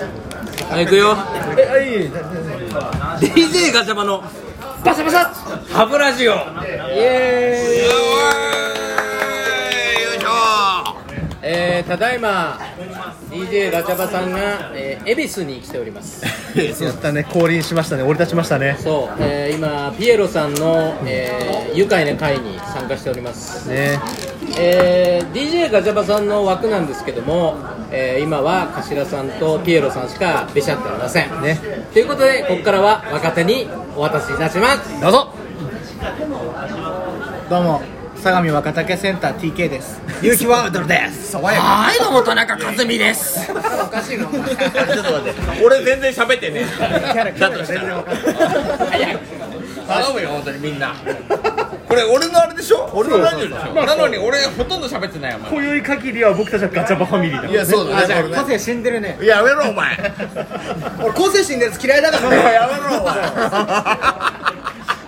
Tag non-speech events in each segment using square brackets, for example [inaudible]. はい行くよえはい DJ ガチャバのバサバサ歯ブラシをイエーイよいしょえー、ただいま DJ ガチャバさんが、えー、恵比寿に来ており [laughs] ますやったね降臨しましたね降り立ちましたねそう、えー、今ピエロさんの、えー、愉快な会に参加しております、ねえー、DJ ガチャバさんの枠なんですけども、えー、今は頭さんとピエロさんしかべしゃっておりませんねということでここからは若手にお渡しいたしますどうぞどうも相模若竹センター TK です勇気ワールドです爽やかはいどうも田中克実ですおかしいのちょっと待って俺全然喋ってねキャラえキャだラとがした全然らわかんない頼むよ本当にみんなこれ俺のあれでしょ俺のラジオでしょなのに俺ほとんど喋ってないよお前今宵限りは僕たちはガチャバファミリーだいやそうだね俺ね性死んでるねやめろお前俺個性死んでるやつ嫌いだから [laughs] やめろお前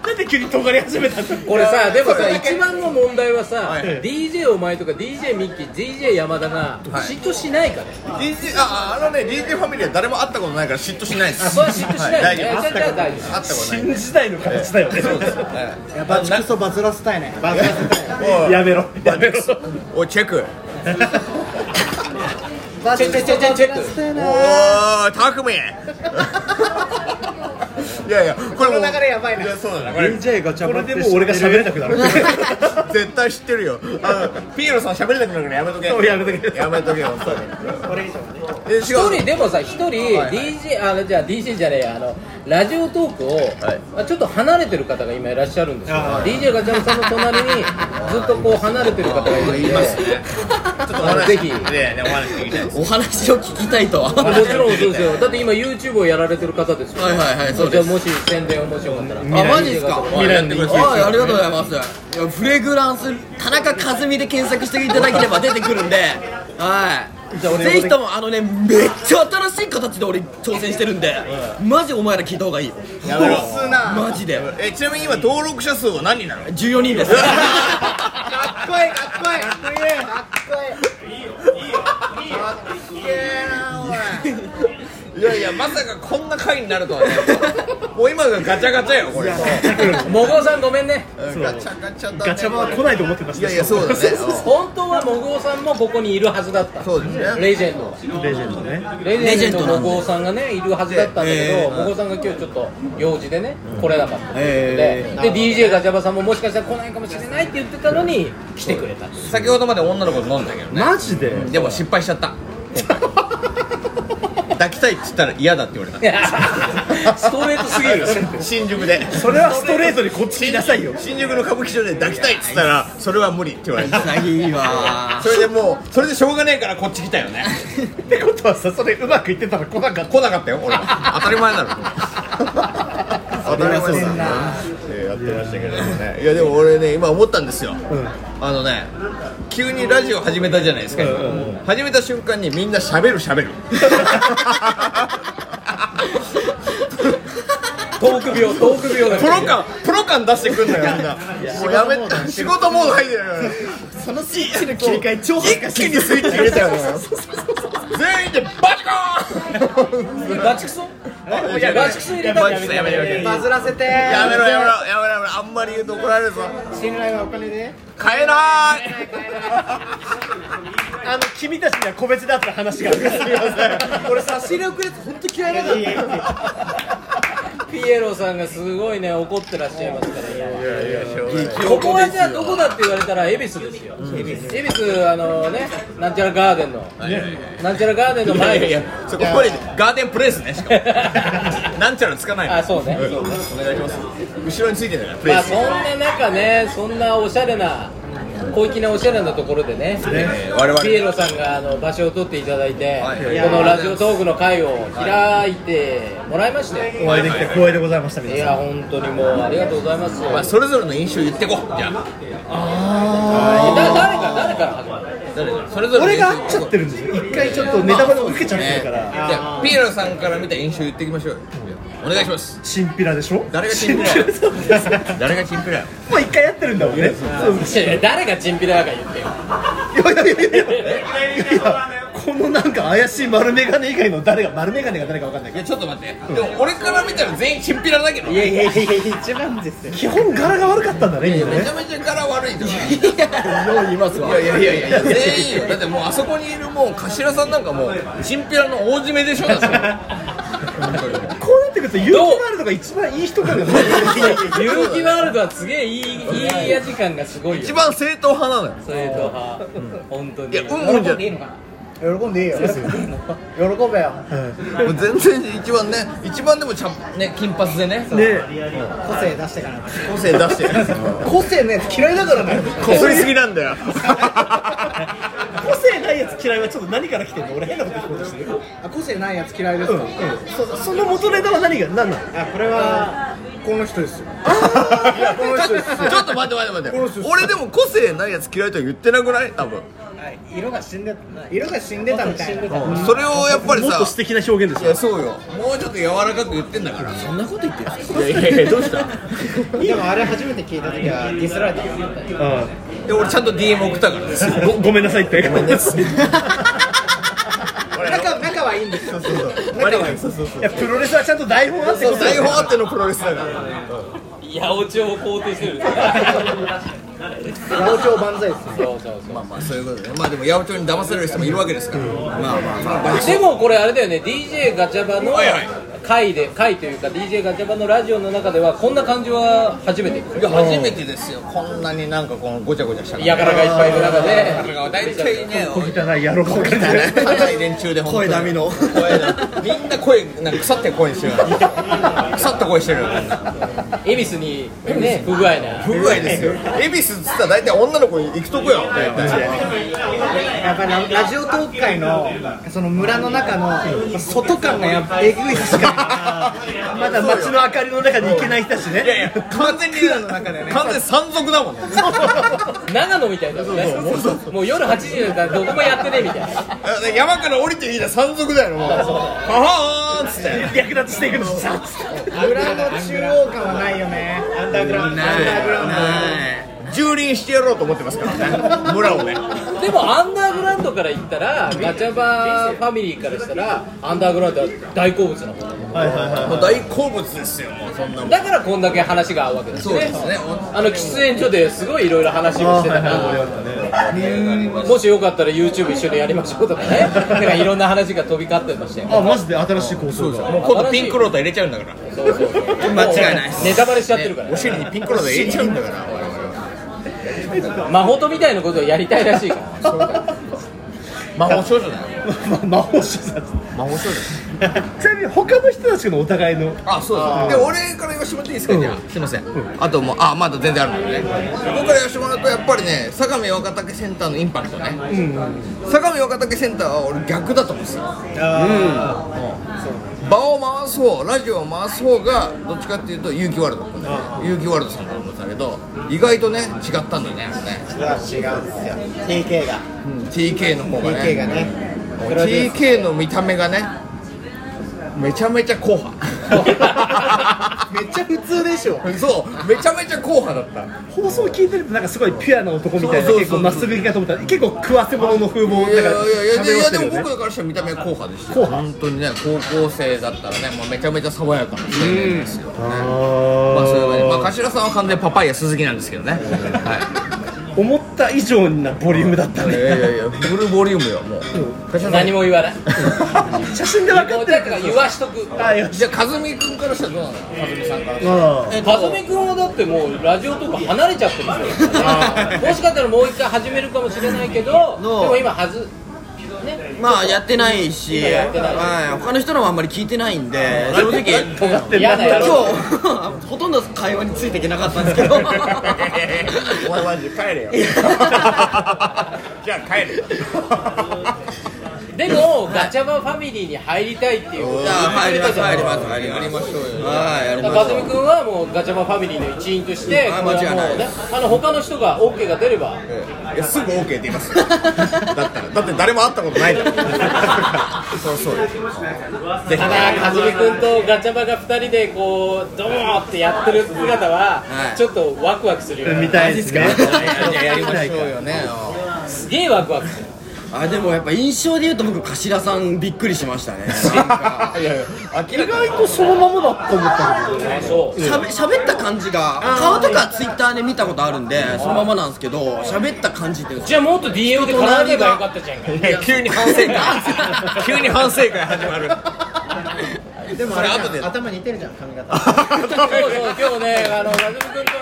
なんで急に尖り始めたんだこれさでもさ一番の問題はさ、はい DJ お前とか DJ ミッキー DJ 山田が嫉妬しないかね、 DJ ああのね DJ ファミリーは誰も会ったことないから嫉妬しないですあそれは嫉妬しないよね、はじゃあじゃあ大丈夫会ったことない新時代の形だよねやばちくそバズらせたいねバズらせたいおいやめろやめろおいチェックバズらせたいチェックチェックチェックおこーたくみいやいやこれものう流れやばいいなやそうだねこれ DJ ガチこャバれっでてもう俺が喋れなくな [laughs] る絶対知ってるよあのピエロさん喋れなくなるからやめとけ [laughs] そうやめとけやめとけよそうだねえ違一う人でもさ一人 DJ あのじゃあ DJ じゃねえやあのラジオトークを、まあちょっと離れてる方が今いらっしゃるんですよ DJ ガチャムさんの隣 [laughs] にずっとこう離れてる方がいるんでちょっとお話ぜひねえねえお話聞きたいですお話を聞きたい [laughs] とはもちろんそうですよだって今 YouTube をやられてる方ですよはいはいはいそうじですゃあもし宣伝をもしよかったらああマジですか未来の DJ はいありがとうございますいやフレグランス田中和美で検索していただければ出てくるんではいじゃあ俺ぜひともあのねめっちゃ新しい形で俺挑戦してるんでマジお前ら聞いた方がいいやめろマジでえちなみに今登録者数は何人なの14 [laughs] 人ですかっこいいかっこいいかっこいいかっこいやいやまさかこんな回になるとはねもう今がガチャガチャよこれもごうさんごめんねガチャガチャだねガチャバは来ないと思ってましいたやいやそうだね本当はもごうさんもここにいるはずだったそうですねレジェンドはレジェンドねレジェンドのもごうさんがねいるはずだったんだけどもごうさんが今日ちょっと用事でね来れなかったということでで DJ ガチャバさんももしかしたら来ないかもしれないって言ってたのに来てくれた先ほどまで女の子と飲んだけどマジででも失敗しちゃった抱きたいって言ったら嫌だって言われたストレートすぎる新宿でそれはストレートにこっち来なさいよ新宿の歌舞伎町で抱きたいって言ったらそれは無理って言 [laughs] われた潔いわそれでもうそれでしょうがねえからこっち来たよねってことはさそれうまくいってたら来なかった来なかったよ俺は [laughs] 当たり前だろ当たり前だえーやってましたけどねいやでも俺ね今思ったんですよ、あのね急にラジオ始めたじゃないですか、今始めた瞬間にみんなしゃべるしゃべ [laughs] るトーク病トーク病だプよロ感プロ感出してくんだよみんなもうやめて仕事モード入って [laughs] るからそのスイッチの切り替え超恥ずかしい一気にスイッチ入れたよね全員でバチコーン [laughs] ガチクソガチクソ入れたバチクソやめてやめていいバズらせてやめろやめろやめろやめろあんまり言うと怒られるぞ信頼はお金で買えない [laughs] あの君たちには個別であった話があるからすみません俺さ仕入れ遅れて本当嫌いだからピエロさんがすごいね怒ってらっしゃいますから今こここはじゃあどこだって言われたら恵比寿ですよ恵比寿あのねなんちゃらガーデンのなんちゃらガーデンのいや前いやいにやそここれガーデンプレイスねしかもなんちゃらつかない [laughs] のあそうねんお願いします後ろについてるからプレまイあスそんな中ねそんなおしゃれな小粋なおしゃれなところでねえー我々ピエロさんがあの場所を取っていただいて、はいこのラジオトークの会を開いてもらいましたよ、お会いできて光栄でございました皆い、さんや本当にもうありがとうございますよ、まあそれぞれの印象言ってこうじゃあだ誰から誰から始まる誰々それぞれの俺印象が合っちゃってるんですよ一回ちょっとネタバレを受けちゃってるからじゃあピエロさんから見た印象言ってきましょうよお願いしますチンピラでしょ誰がチンピラチそうですね誰がチンピラよもう一回やってるんだもんねそういや誰がチンピラだか言ってよいやいやいやいやいやこのなんか怪しい丸眼鏡以外の誰が丸眼鏡が誰かわかんないいけやちょっと待ってでも俺から見たら全員チンピラだけどいやいやいや一番ですよど基本柄が悪かったんだねみんなめねちゃめちゃ柄悪いじゃんよう言いますわいやいやいやいや全員よだってもうあそこにいるもう頭さんなんかもうチンピラの大詰めでしょだってこうなってくると勇気があるのが一番いい人かもね [laughs] 勇気ワールドはすげえいいいいや時間がすごいよ一番正統派なのよそういうとは本当にいやうんうんじゃない喜んでいいよ喜べよもう全然一番ね一番でもちゃんね金髪でね個性出してから個性出してる個性ね嫌いだからねこすりすぎな [laughs] んだよ個性ないやつ嫌いはちょっと何から来てんの俺変なこと聞こうとしてるあ個性ないやつ嫌いですかそその元ネタは何が何なのあこれはこの人ですよこの人ですちょっと待って待って待って俺でも個性ないやつ嫌いとは言ってなくない多分色が死んで色が死んでたみたいなそれをやっぱりもっさと素敵な表現でいしやそうよもうちょっと柔らかく言ってんだからそんなこと言ってるんですかいやいやいやどうしたでもあれ初めて聞いた時はディスられたょ、で俺ちゃんと DM 送ったから [laughs] ねうん、ごごめんなさいって仲仲はいいんですよいやプロレスはちゃんと台本あってこそ台本あってのプロレスだから八百長を肯定して [laughs] るんです八百長万歳ですよそうそうそうまあまあそういうことでまあでも八百長に騙される人もいるわけですからまあまあまあま [laughs] あでもこれあれだよね DJ ガチャバのはいはい回で回というか DJ ガチャバのラジオの中ではこんな感じは初めていや初めてですよこんなになんかこのごちゃごちゃしたからやからがいっぱいいる中だかでら大体ね小汚い野郎ばっかりだね汚い連中で声だみの声だみんな声なんか腐ってる声してる腐った声してる恵比寿にね不具合な不具合ですよ恵比寿っつったら大体女の子行くとこよ大体やっぱララジオトーク界のその村の中の外感がやっぱえぐいしかまだ街の明かりの中に行けない人だしねいやいや完全に完全に山賊だもんね長野みたいだもんねもう夜8時だったらどこもやってねえみたいな山から降りていいな山賊だよもうははーんっつって略奪していくのさない村の中央感はないよねアンダーグラウンドアンダーグラウンド蹂躙してやろうと思ってますからね村をねでもアンダーグラウンドから言ったらガチャバファミリーからしたらアンダーグラウンドは大好物なこともう大好物ですよもうそんなもんだからこんだけ話が合うわけですねそうですねあの喫煙所ですごいいろいろ話をしてたからもしよかったら YouTube 一緒にやりましょうとかねなんかいろんな話が飛び交ってましたよあマジで新しい構想だもう今度ピンクローター入れちゃうんだからそうそうそう間違いないですネタバレしちゃってるから、お尻にピンクローター入れちゃうんだから我々は魔法とみたいなことをやりたいらしいから魔法少女だよ [laughs] ま魔法師さん魔法少女ちなみに他の人たちのお互いのあそうですで俺から言わせてもらっていいですか、じゃあすいません、あともうあまだ全然あるのでね僕から言わせてもらうとやっぱりね相模若竹センターのインパクトね、相模若竹センターは俺逆だと思うんですようん場を回す方ラジオを回す方がどっちかっていうと結城ワールド君だよね結城ワールドさんだと思ってたけど意外とね違ったんだよねあのね違うんですよ TK が TK の方がね TK がねもう TK の見た目がねめちゃめちゃ硬 [laughs] 派めっちゃ普通でしょそうめちゃめちゃ硬派だった放送聞いてるとなんかすごいピュアな男みたいなそうそうそう結構まっすぐ行きかと思ったら結構食わせ者の風貌いやだいかやらいやいやいやでもね僕からしたら見た目は硬派でした硬よ派本当にね高校生だったらねもうめちゃめちゃ爽やかな青年ですよまああそれーはねまあ頭さんは完全にパパイヤ鈴木なんですけどねは思った以上なボリュームだったいいねやいやいやフルボリュームよもう頭さん何も言わない [laughs] 写真で分かもっうてだるから言わしとくあよしじゃあ和美君からしたらどうなの和美さんからあえっとかずみくんはだってもうラジオとか離れちゃってるんですよもしかしたらもう一回始めるかもしれないけどでも今はずまあやってないし、今やってないはい、他の人のもあんまり聞いてないんで、正直、尖ってん嫌なだよ今 [laughs] 日ほとんど会話についていけなかったんですけど、お前マジで帰 [laughs] れよじゃあ帰れよでもガチャバファミリーに入りたいっていうことをじゃあ入ります、入ります、入りやりま、ますしょうよはい、やりまかすずみくんはもうガチャバファミリーの一員として、はいこれは間違いないもうね、あの他の人が OK が出れば、いやすぐ OK って言いますよだったらだって誰も会ったことないじゃんそうそうよただ、かずみくんとガチャバが2人でこう、ドーンってやってる姿は、はいちょっとワクワクするよね、 [laughs] みたいですねいやいややりましょうよねすげえワクワクする、あでもやっぱ印象で言うと僕頭さんびっくりしま [laughs] したねいやいや意外とそのままだと思ったんだけどねしゃべ喋った感じが顔とかツイッターで見たことあるんでそのままなんですけど喋った感じっ [laughs] ていうのじゃあもっと DM で絡めばよかったじゃんか急に反省 [laughs] 会急に反省会始まるでもあれじゃんそれ後で頭似てるじゃん髪型そうそう今日ねあのなずみ君とは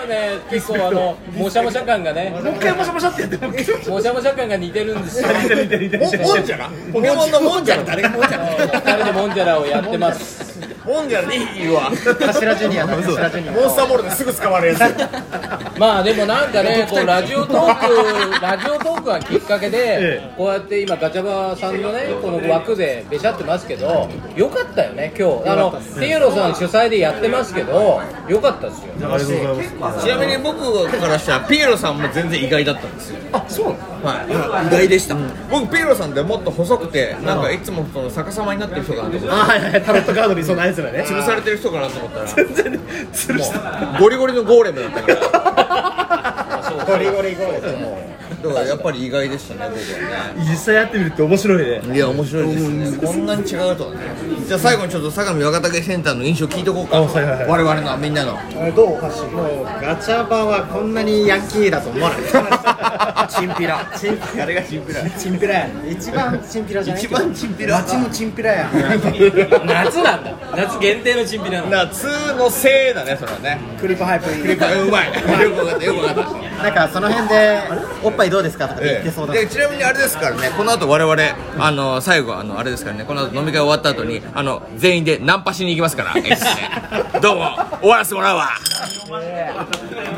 ね結構あのもしゃもしゃ感がねもう一回もしゃもしゃってやってもう一回もしゃもしゃ感が似てるんですよ見て見て見て見てモンジ [laughs] ャラポケモンのモンジャラ誰がモンジャ2人でモンジャラをやってますラモンジャラでいいわ頭ジュニアの頭ジュニアモンスターボールですぐ捕まるやつまあでもなんかねこうラジオトークラジオトークがきっかけでこうやって今ガチャバさんのねこの枠でべしゃってますけどよかったよね今日あのテイロさん主催でやってますけどよかったですよありがとうございますちなみに僕からしたらピエロさんも全然意外だったんですよあそうはい意外でした僕ピエロさんってもっと細くてなんかいつもその逆さまになってる人かなと思ってあはいはいタロットカードにそのやつらね潰されてる人かなと思ったら全然吊るしたゴリゴリのゴーレムだったからゴリゴリゴリだからやっぱり意外でしたね僕は実際やってみると面白いねねいや面白いですねこんなに違うとはねじゃあ最後にちょっと相模若竹センターの印象聞いとこうかあはいはいはい我々のみんなのどうおかしいもうガチャバはこんなにヤンキーだと思わないチンピラチンピラ誰がシンプルチンピラやん一番チンピラじゃない一番チンピラ街のチンピラやん夏なんだ夏限定のチンピラなの夏のせいだねそれはねクリップハイプクリップうまいよくわかったよくわかったなんかその辺でおっぱいどうですかとか言ってそうだでちなみにあれですからねこの後我々あの最後あのあれですからねこの後飲み会終わった後にあの全員でナンパしに行きますから X でどうも終わらせてもらうわ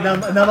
生